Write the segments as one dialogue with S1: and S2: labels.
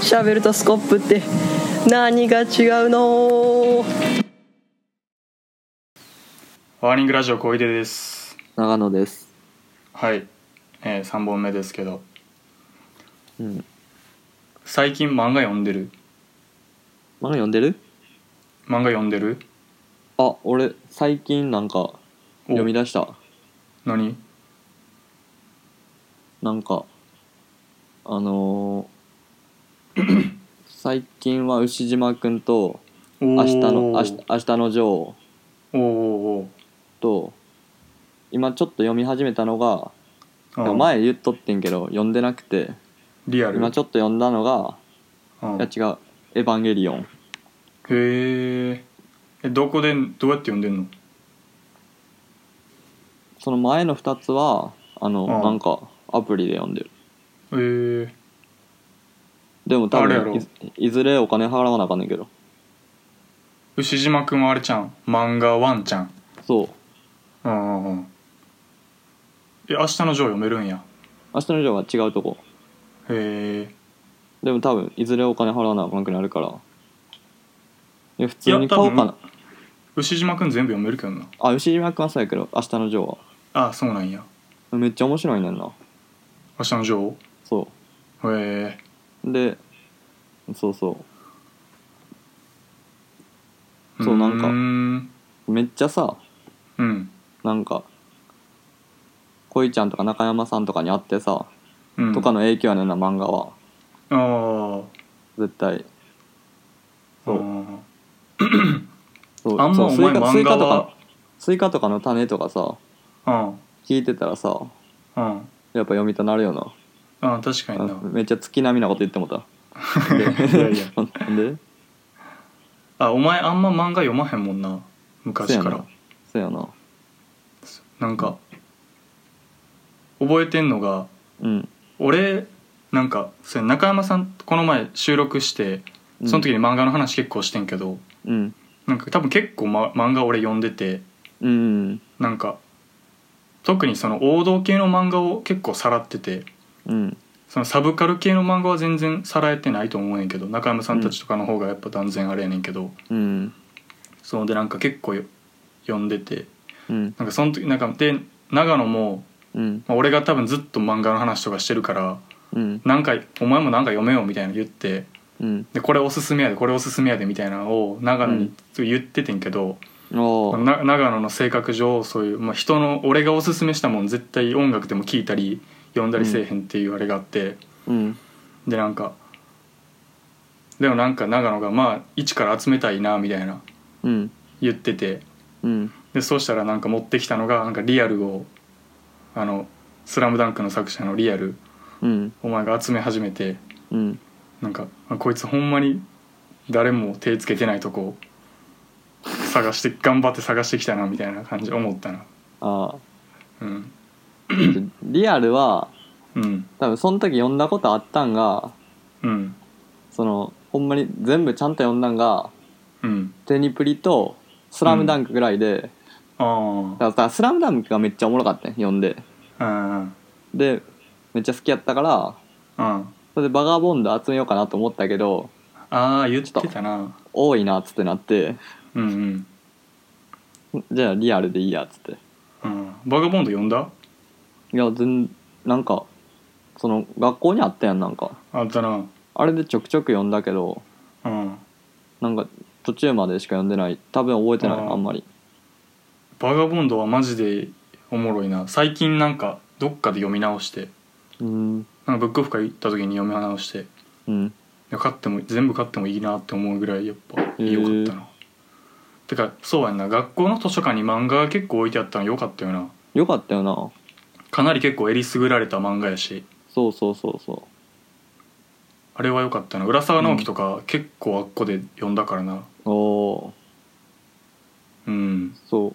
S1: シャベルとスコップって何が違うの
S2: ワーニングラジオ小出です
S3: 長野です。
S2: はい、えー、3本目ですけど
S3: うん。
S2: 最近漫画読んでる
S3: 漫画読んでる
S2: 漫画読んでる
S3: あ、俺、最近なんか
S2: お
S3: 読み出した。
S2: 何
S3: なんか、あのー 最近は牛島くんと、
S2: おー
S3: 明日の、明日明日のジョー
S2: おーおー
S3: と、今ちょっと読み始めたのが、
S2: おーうん
S3: 前言っとってんけど、読んでなくて、
S2: リアル
S3: 今ちょっと読んだのが、
S2: うん
S3: いや違う、エヴァンゲリオン。
S2: へーえどこでどうやって読んでんの
S3: その前の2つは、あの、
S2: うん
S3: なんか、アプリで読んでる。
S2: へえ
S3: でも多
S2: あれやろ
S3: 分いずいずれお金払わなあかんねんけど
S2: 牛島くんはあれちゃん漫画ワンちゃん
S3: そう
S2: うんうんうんえ明日のジョー読めるんや
S3: 明日の以上は違うとこ
S2: へえ
S3: でも多分いずれお金払わなあかんくなるからいや普通
S2: いや
S3: に
S2: 多
S3: 買おう
S2: 分
S3: かな
S2: 牛島くん全部読めるけどな
S3: あ牛島君はそうやけど明日のジョー
S2: ああそうなんや
S3: はめっちゃ面白いねんな
S2: 明日のジョ
S3: そ
S2: ーへえ
S3: うでそうそうそうなんか
S2: ん
S3: めっちゃさ
S2: うん
S3: なんか恋ちゃんとか中山さんとかに会ってさ、
S2: うん
S3: とかの影響やねんな漫画は
S2: あ
S3: 絶対
S2: あ
S3: そう
S2: うん
S3: そう
S2: あん
S3: そ
S2: ま
S3: う
S2: お
S3: スイ
S2: 前
S3: カスイ
S2: 漫
S3: カ
S2: 画
S3: とか
S2: は
S3: スイカとかの種とかさ
S2: うん
S3: 聞いてたらさ
S2: うん
S3: やっぱ読みたなるよな
S2: あ確かに
S3: あ
S2: な
S3: めっちゃ月並みなこと言ってもた
S2: いやいや
S3: なんで
S2: あお前あんま漫画読まへんもんな昔か
S3: そうや
S2: ら
S3: なそうやな
S2: なんか覚えてんのが
S3: うん
S2: 俺なんかそうや中山さんとこの前収録してその時に漫画の話結構してんけど、
S3: うん
S2: なんか多分結構、ま、漫画俺読んでて
S3: うん
S2: なんか特にその王道系の漫画を結構さらってて
S3: うん
S2: そのサブカル系の漫画は全然さらえてないと思うねんけど中山さんたちとかの方がやっぱ断然あれやねんけど、
S3: うん
S2: そのでなんか結構よ読んでて
S3: うん
S2: なんかその時なんかで長野も、
S3: うん
S2: まあ、俺が多分ずっと漫画の話とかしてるから
S3: うん
S2: なんかお前もなんか読めよみたいなの言って
S3: うん
S2: でこれおすすめやでこれおすすめやでみたいなのを長野
S3: う
S2: に
S3: ん
S2: 言っててんけど、
S3: おー
S2: な長野の性格上そういう、まあ、人の俺がおすすめしたもん絶対音楽でも聞いたり読んだりせえへんっていうあれがあって、
S3: うん
S2: でなんかでもなんか長野がまあ一から集めたいなみたいな
S3: うん
S2: 言ってて
S3: うん
S2: でそうしたらなんか持ってきたのがなんかリアルをあの「スラムダンクの作者のリアル
S3: うん
S2: お前が集め始めて
S3: うん
S2: なんかあこいつほんまに誰も手つけてないとこ探して頑張って探してきたなみたいな感じ思ったな
S3: あ
S2: うん
S3: ーリアルは
S2: うん
S3: 多分その時読んだことあったんが
S2: うん
S3: そのほんまに全部ちゃんと読んだんが
S2: うん
S3: 「テニプリ」と「スラムダンクぐらいで、
S2: あ
S3: だからさ「スラムダンクがめっちゃおもろかったね読んで
S2: あうん
S3: でめっちゃ好きやったから
S2: うん
S3: それでバガーボンド集めようかなと思ったけど
S2: ああ言ってたな
S3: 多いなっつってなって
S2: うんうん
S3: じゃあリアルでいいやっつって
S2: うんバガボンド読んだ
S3: いや全なんかその学校にあったやんなんか
S2: あったな
S3: あれでちょくちょく読んだけど
S2: うん
S3: なんか途中までしか読んでない多分覚えてない
S2: あー
S3: あんまり
S2: バガボンドはマジでおもろいな最近なんかどっかで読み直して
S3: うん
S2: なんかブックオフ会行った時に読み直してい
S3: うん
S2: や買っても全部買ってもいいなって思うぐらいやっぱ良かったなてかそうやんな学校の図書館に漫画が結構置いてあったの良かったよな
S3: よかったよな
S2: かなり結構えりすぐられた漫画やし
S3: そうそうそうそ
S2: あれは良かったな浦沢直樹とか結構あっこで読んだからな
S3: うおー
S2: うん
S3: そう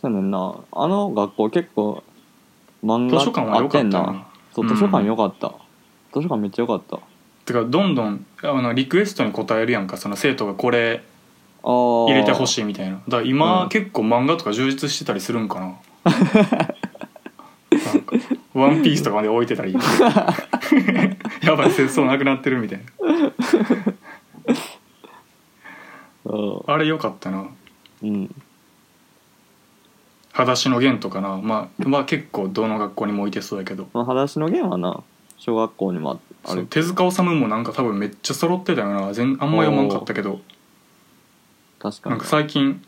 S3: そうやねんなあの学校結構漫
S2: 図
S3: 画
S2: 書館は
S3: あ
S2: 良
S3: っ
S2: か
S3: て
S2: った
S3: んな
S2: な
S3: そう図書館よかった、図書館めっちゃよかったあ
S2: てかどんどんあのリクエストに応えるやんかその生徒がこれ
S3: 入
S2: 入れてほ
S3: い
S2: しいみたいなだから今、
S3: うん
S2: 結構漫画とか充実してたりするんかななんかワンピースとかまで置いてたらいい やばい戦争なくなってるみたいな
S3: う
S2: あれよかったなん「裸足の弦」とかな、まあ、まあ結構どの学校にも置いてそうやけど
S3: まあ「裸足の弦」はな小学校にもああ
S2: そう
S3: る
S2: 手塚治虫もなんか多分めっちゃ揃ってたよな全あんま読まんかったけど
S3: 確か
S2: なん
S3: に
S2: か最近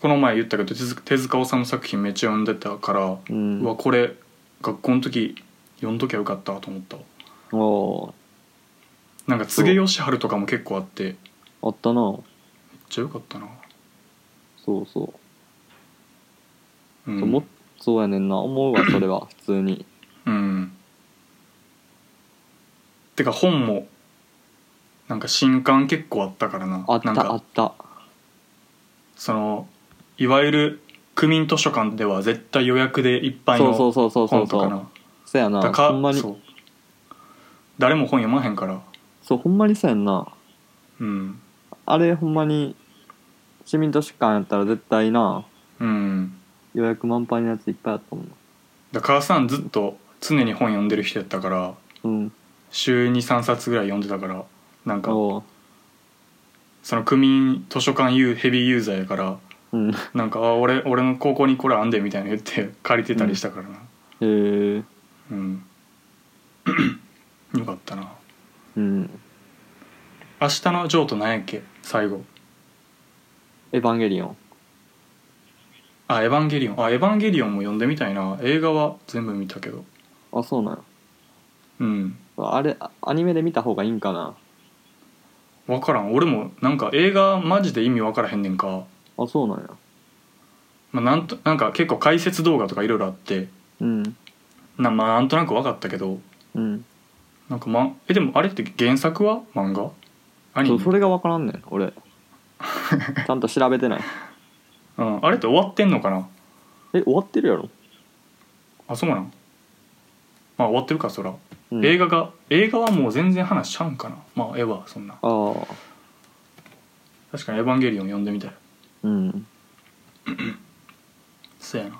S2: この前言ったけど手塚手塚治虫作品めっちゃ読んでたから、
S3: う
S2: うんわこれ学校の時読んどきゃよかったと思ったわ
S3: おー
S2: なんか柘植義治とかも結構あってめっ
S3: あったな
S2: ちゃよかったな
S3: そうそうう、
S2: ん
S3: そうもそうやねんな思うわそれ は普通に
S2: うんてか本もなんか新刊結構あったからな
S3: あっ
S2: なん
S3: たあ
S2: か
S3: った
S2: そのいわゆる区民図書館では絶対予約でいっぱい
S3: そう
S2: の
S3: そうそうそうそ
S2: 本
S3: うそ
S2: とか
S3: う
S2: な
S3: そやな
S2: だか
S3: ほんまに
S2: そう誰も本読まへんから
S3: そうほんまにそうやんな
S2: うん
S3: あれほんまに市民図書館やったら絶対な
S2: うん
S3: 予約満杯のやついっぱいあったもんな
S2: だから母さんずっと常に本読んでる人やったから
S3: うん
S2: 週23冊ぐらい読んでたからなんか
S3: おう
S2: その区民図書館ユーヘビーユーザーやから
S3: うん へ
S2: なんかあ俺俺の高校にこれあんでみたいな言って 借りてたりしたからな
S3: え
S2: うん、 よかったな
S3: うん
S2: 明日のジョーと何やっけ最後
S3: エヴァンゲリオン
S2: あエヴァンゲリオンあエヴァンゲリオンも読んでみたいな映画は全部見たけど
S3: あそうなんや
S2: うん
S3: あれあアニメで見た方がいいんかな
S2: 分からん俺もなんか映画マジで意味分からへんねんか、
S3: あそうなんや
S2: まあ、なんとなんか結構解説動画とかいろいろあって
S3: うん
S2: な,、まあ、なんとなく分かったけど
S3: うん
S2: なんか、ま、えでもあれって原作は漫画アニ
S3: そ
S2: メ
S3: うそれが分からんねん俺 ちゃんと調べてない
S2: うん、あれって終わってんのかな
S3: え終わってるやろ、
S2: あそうなんまあ終わってるかそら、
S3: うん、
S2: 映画が映画はもう全然話しちゃうんかなまあ絵はそんな
S3: ああ
S2: 確かに「エヴァンゲリオン」読んでみたい
S3: うん
S2: そうやな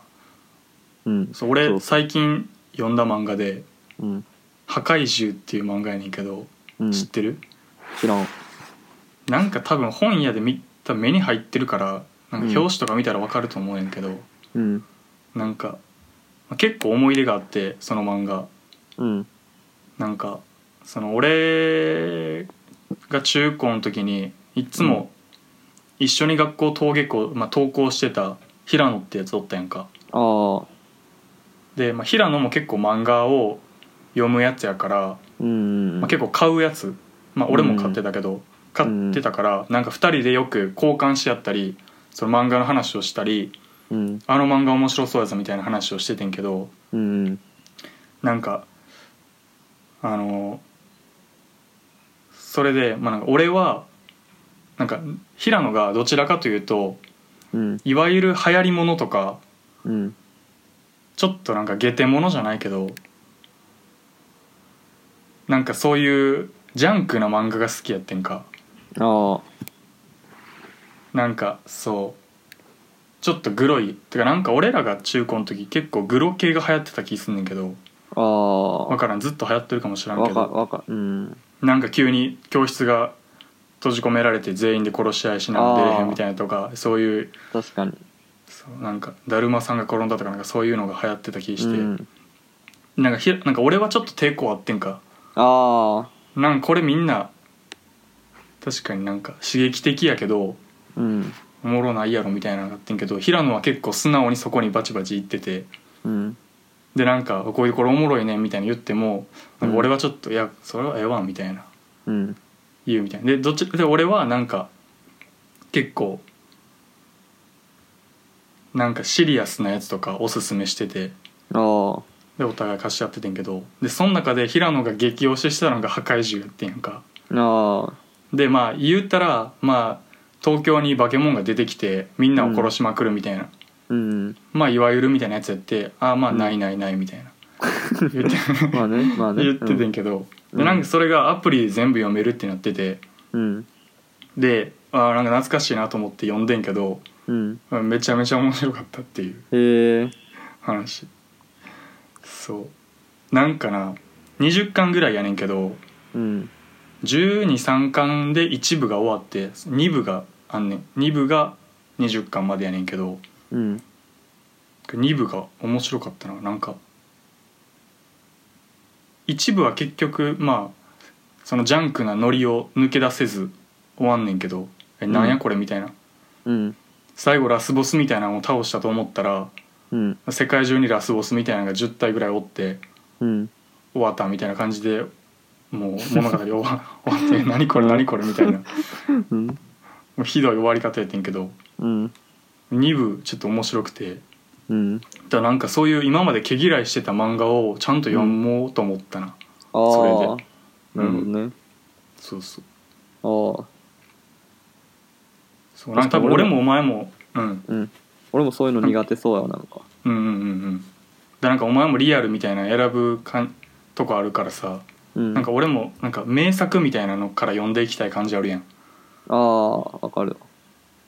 S3: うん
S2: そう俺
S3: そう
S2: 最近読んだ漫画で
S3: うん
S2: 「破壊獣」っていう漫画やねんけど、
S3: うん
S2: 知っ
S3: 知
S2: てる
S3: らん
S2: なんか多分本屋で見多分目に入ってるからなんか表紙とか見たらわかると思うねんけど、
S3: うん
S2: なんかまあ結構思い入れがあってその漫画
S3: うん
S2: なんかその俺が中高の時にいつも一緒に学校登下校、まあ、登校してた平野ってやつおったやんか
S3: ああ
S2: で、まあ、平野も結構漫画を読むやつやから、
S3: うん
S2: まあ、結構買うやつ、まあ、俺も買ってたけど、買ってたからなんか2人でよく交換し合ったりその漫画の話をしたり
S3: うん
S2: あの漫画面白そうやつみたいな話をしててんけど
S3: うん
S2: なんかあのそれで、まあ、なんか俺はなんか平野がどちらかというと
S3: うん
S2: いわゆる流行りものとか
S3: うん
S2: ちょっとなんか下手ものじゃないけどなんかそういうジャンクな漫画が好きやってんか
S3: ああ
S2: なんかそうちょっとグロいてかなんか俺らが中高の時結構グロ系が流行ってた気すんねんけど
S3: ああ
S2: 分からんずっと流行ってるかもしらん
S3: わ
S2: け
S3: か
S2: ど
S3: わかうん
S2: なんか急に教室が閉じ込められて全員で殺し合いしな出れへんみたいなとかそういう
S3: 確かに
S2: そうなんかだるまさんが転んだとかなんかそういうのが流行ってた気して、
S3: うん、
S2: なんかひなんか俺はちょっと抵抗あってんか
S3: ああ
S2: なんかこれみんな確かになんか刺激的やけど
S3: うん
S2: おもろないやろみたいなのがあってんけど平野は結構素直にそこにバチバチ言ってて
S3: うん
S2: でなんか「こういうこれおもろいね」みたいに言ってもなんか俺はちょっと「いやそれはええわ」みたいな
S3: うん
S2: 言うみたいなでどっちで俺はなんか結構なんかシリアスなやつとかおすすめしてて
S3: ああ
S2: でお互い貸し合っててんけどでその中で平野が激推ししてたのが破壊獣やってんやんか
S3: ああ
S2: でまあ言ったらまあ東京に化け物が出てきてみんなを殺しまくるみたいな、
S3: うん
S2: まあいわゆるみたいなやつやってああまあ
S3: うん
S2: ないないないみたいな、 言って
S3: まあねまあね
S2: 言っててんけど、
S3: うん
S2: でなんかそれがアプリ全部読めるってなってて
S3: うん
S2: であーなんか懐かしいなと思って読んでんけど
S3: うん
S2: うんめちゃめちゃ面白かったっていう
S3: へえ
S2: 話そうなんかな20巻ぐらいやねんけど
S3: うん
S2: 123巻で1部が終わって2部があんねん2部が20巻までやねんけど
S3: うん
S2: 2部が面白かったななんか1部は結局まあそのジャンクなノリを抜け出せず終わんねんけど「え
S3: ん
S2: なんやこれ」みたいな、
S3: うん
S2: 最後ラスボスみたいなのを倒したと思ったら
S3: うん
S2: 世界中にラスボスみたいなのが10体ぐらいおって
S3: うん
S2: 終わったみたいな感じでもう物語終わ 終わって「何これ何これ」みたいなも
S3: うん
S2: うひどい終わり方やってんけど
S3: うん
S2: 2部ちょっと面白くて
S3: うん
S2: だからなんかそういう今まで毛嫌いしてた漫画をちゃんと読もうと思ったな、
S3: ああ
S2: それ
S3: な
S2: で
S3: るほどね、
S2: そうそう
S3: ああ
S2: そうなんか多分俺もお前も、うん、
S3: うん俺もそういうの苦手そうやわなんか
S2: うんうんうんうんだからなんかお前もリアルみたいなの選ぶかんとこあるからさ
S3: うん
S2: なんか俺もなんか名作みたいなのから読んでいきたい感じあるやん
S3: ああわかるわ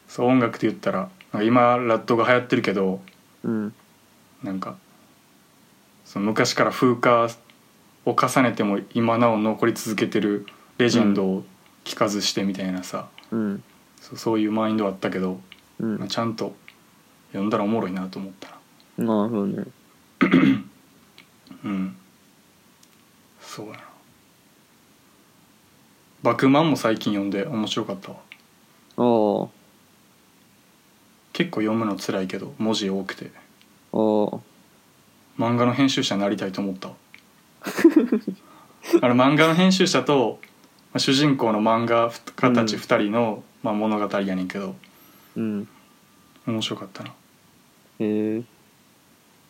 S2: そう音楽って言ったらなんか今ラッドが流行ってるけど
S3: うん
S2: なんかその昔から風化を重ねても今なお残り続けてるレジェンドを聞かずしてみたいなさ、
S3: うん
S2: そうそういうマインドはあったけど、
S3: うん
S2: まあちゃんと読んだらおもろいなと思ったな
S3: なるほどね
S2: うんそうやな「バクマン」も最近読んで面白かったわ
S3: ああ
S2: 結構読むの辛いけど文字多くて
S3: ああ
S2: 漫画の編集者になりたいと思ったわ あの漫画の編集者とまあ主人公の漫画家たち
S3: うん
S2: 2人の、まあ、物語やねんけど
S3: うん
S2: 面白かったな
S3: へえ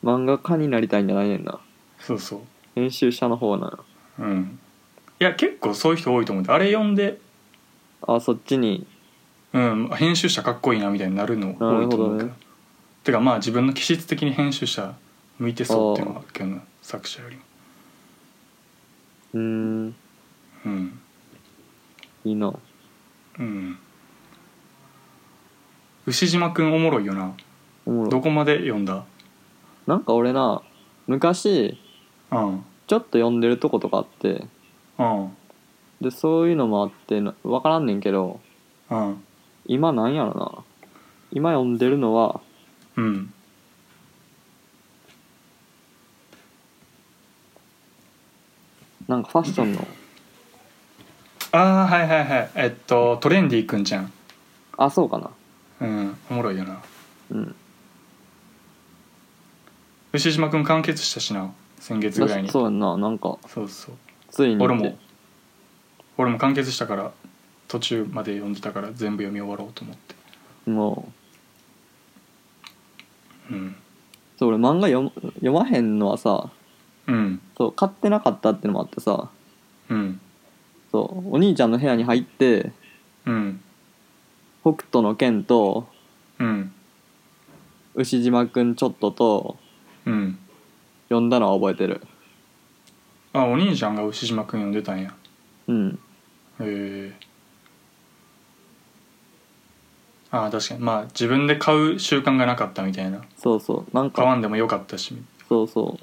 S3: 漫画家になりたいんじゃないねんな
S2: そうそ
S3: 編集者の方なの
S2: ううんいや結構そういう人多いと思ってあれ読んで、
S3: あそっちに
S2: うん、編集者かっこいいなみたいになるの多いと思
S3: な
S2: う
S3: るほど
S2: けど
S3: ね
S2: てかまあ自分の気質的に編集者向いてそうっていうのはあるけどな作者よりも
S3: うーん
S2: うん
S3: いいな
S2: うん牛島くんおもろいよな
S3: おもろ
S2: ど
S3: い
S2: こまで読んだ
S3: なんか俺な昔
S2: うん
S3: ちょっと読んでるとことかあって
S2: うん
S3: でそういうのもあってな分からんねんけど
S2: うん
S3: 今なんやろな今読んでるのは
S2: うん
S3: なんかファッション の
S2: ああはいはいはいえっとトレンディーくんちゃん
S3: あそうかな
S2: うんおもろいよな
S3: うん
S2: 牛島くん完結したしな先月ぐらいに
S3: そうやんななんか
S2: そうそう
S3: ついにって
S2: 俺も俺も完結したから途中まで読んでたから全部読み終わろうと思って
S3: も
S2: うん
S3: うそう俺漫画読む読まへんのはさ
S2: うん
S3: そう買ってなかったってのもあってさ
S2: うん
S3: そうお兄ちゃんの部屋に入って
S2: うん
S3: 北斗の剣と
S2: うん
S3: 牛島くんちょっとと
S2: うん
S3: 呼んだのは覚えてる
S2: あお兄ちゃんが牛島くん読んでたんや
S3: うん
S2: へえああ確かにまあ自分で買う習慣がなかったみたいな
S3: そうそうなん
S2: 買わ
S3: か
S2: んでもよかったし
S3: そうそ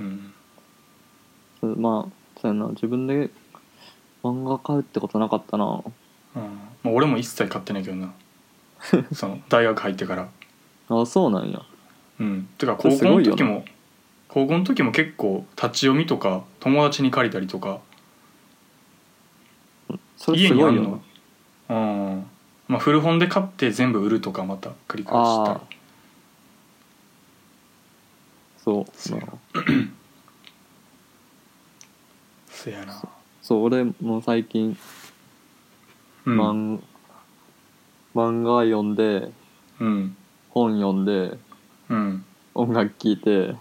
S3: う
S2: うん
S3: そうまあそうやな自分で漫画買うってことなかったな
S2: うんまあ、俺も一切買ってない けどなその大学入ってから
S3: あそうなんや
S2: うんてか
S3: そ
S2: 高
S3: れ
S2: 校
S3: すご
S2: の
S3: いよ
S2: 時も高校の時も結構立ち読みとか友達に借りたりとか
S3: それ
S2: 家
S3: す
S2: に
S3: ご
S2: あ
S3: い
S2: る
S3: よな
S2: のうんまあ古本で買って全部売るとかまた繰り返した
S3: あそう
S2: そう
S3: な
S2: せやな
S3: そう俺も最近
S2: うん、
S3: 漫,、漫画読んで
S2: うん
S3: 本読んで
S2: うん
S3: 音楽聴いて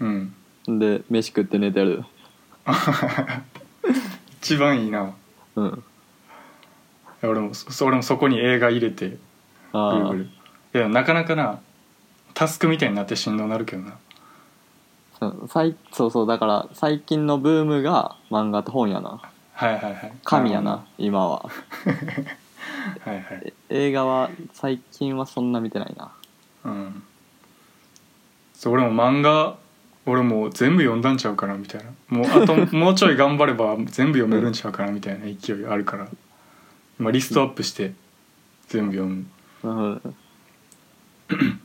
S2: うん
S3: で飯食って寝てる
S2: 一番いいない
S3: うん
S2: や俺もそ俺もそこに映画入れてぐる
S3: あ
S2: ぐるいやでもなかなかなタスクみたいになってしんどなるけどな
S3: あ最そうそうだから最近のブームが漫画と本やな
S2: はいはいはい
S3: 神やな今は
S2: はいはい
S3: 映画は最近はそんな見てないな
S2: うんそう俺も漫画俺もう全部読んだんちゃうかなみたいなもうあともうちょい頑張れば全部読めるんちゃうかなみたいな勢いあるから今リストアップして全部読む
S3: うん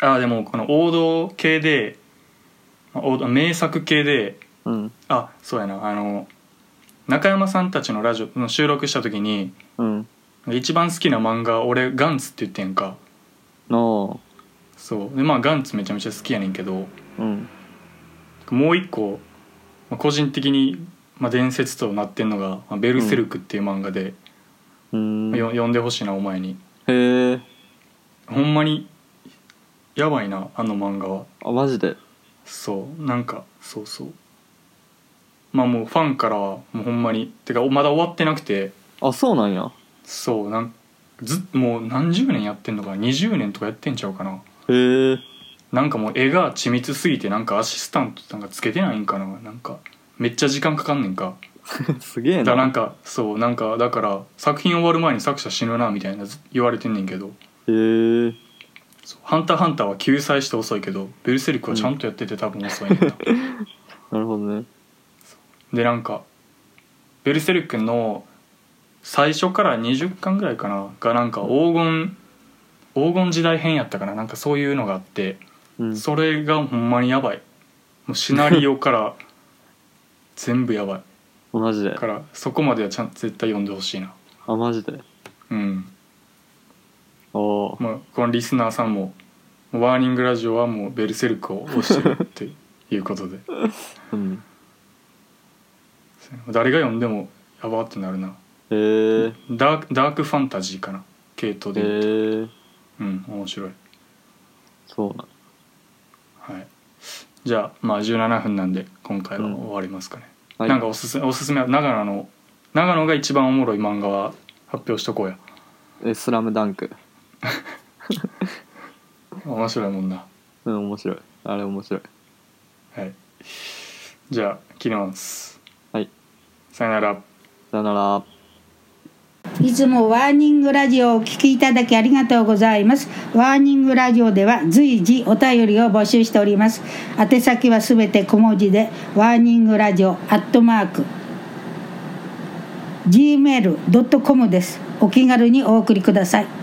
S2: ああでもこの王道系でまあ王道名作系で
S3: うん
S2: あそうやなあの中山さんたちのラジオの収録した時に
S3: うん
S2: 一番好きな漫画俺ガンツって言ってんか
S3: の
S2: そうでまあガンツめちゃめちゃ好きやねんけど
S3: うん
S2: もう一個まあ個人的に、まあ、伝説となってんのが「まあベルセルク」っていう漫画で、
S3: うん
S2: よ
S3: へ
S2: 読んでほしいなお前に
S3: え
S2: ほんまにやばいなあの漫画は
S3: あマジで
S2: そうなんかそうそうまあもうファンからはもうほんまにてかまだ終わってなくて
S3: あそうなんや
S2: そうなんずもう何十年やってんのかな20年とかやってんちゃうかな
S3: へえ
S2: なんかもう絵が緻密すぎてなんかアシスタントなんかつけてないんかななんかめっちゃ時間かかんねんか
S3: すげえ
S2: だから
S3: な
S2: なんかそうなんかだから作品終わる前に作者死ぬなみたいなず言われてんねんけど
S3: へえ
S2: 「そうハンターハンター」は救済して遅いけど「ベルセルク」はちゃんとやってて多分遅いねんな、
S3: なるほどね
S2: でなんか「ベルセルク」の最初から20巻ぐらいかながなんか黄金黄金時代編やったかななんかそういうのがあって
S3: うん
S2: それがほんまにやばいもうシナリオから 全部やばい
S3: マジで
S2: だからそこまではちゃん絶対読んでほしいな
S3: あマジで
S2: うん
S3: おー
S2: まあ、このリスナーさんも「ワーニングラジオ」はもう「ベルセルク」を推してるっていうことで
S3: うん
S2: 誰が読んでもやばってなるな
S3: へえ
S2: ダークダークファンタジーかな系統で言うと、
S3: へえ
S2: うん面白い、
S3: そうなん
S2: はい、じゃあまあ17分なんで今回は
S3: うん
S2: 終わりますかね、
S3: はい
S2: なんかおすすめおすすめは長野の長野が一番おもろい漫画は発表しとこうや
S3: えスラムダンク
S2: 面白いもんな
S3: うん面白いあれ面白い
S2: はいじゃあ切ります
S3: はい
S2: さよなら
S3: さよなら
S4: いつもワーニングラジオをお聞きいただきありがとうございます。ワーニングラジオでは随時お便りを募集しております。宛先はすべて小文字で、ワーニングラジオアットマーク、gmail.com です。お気軽にお送りください。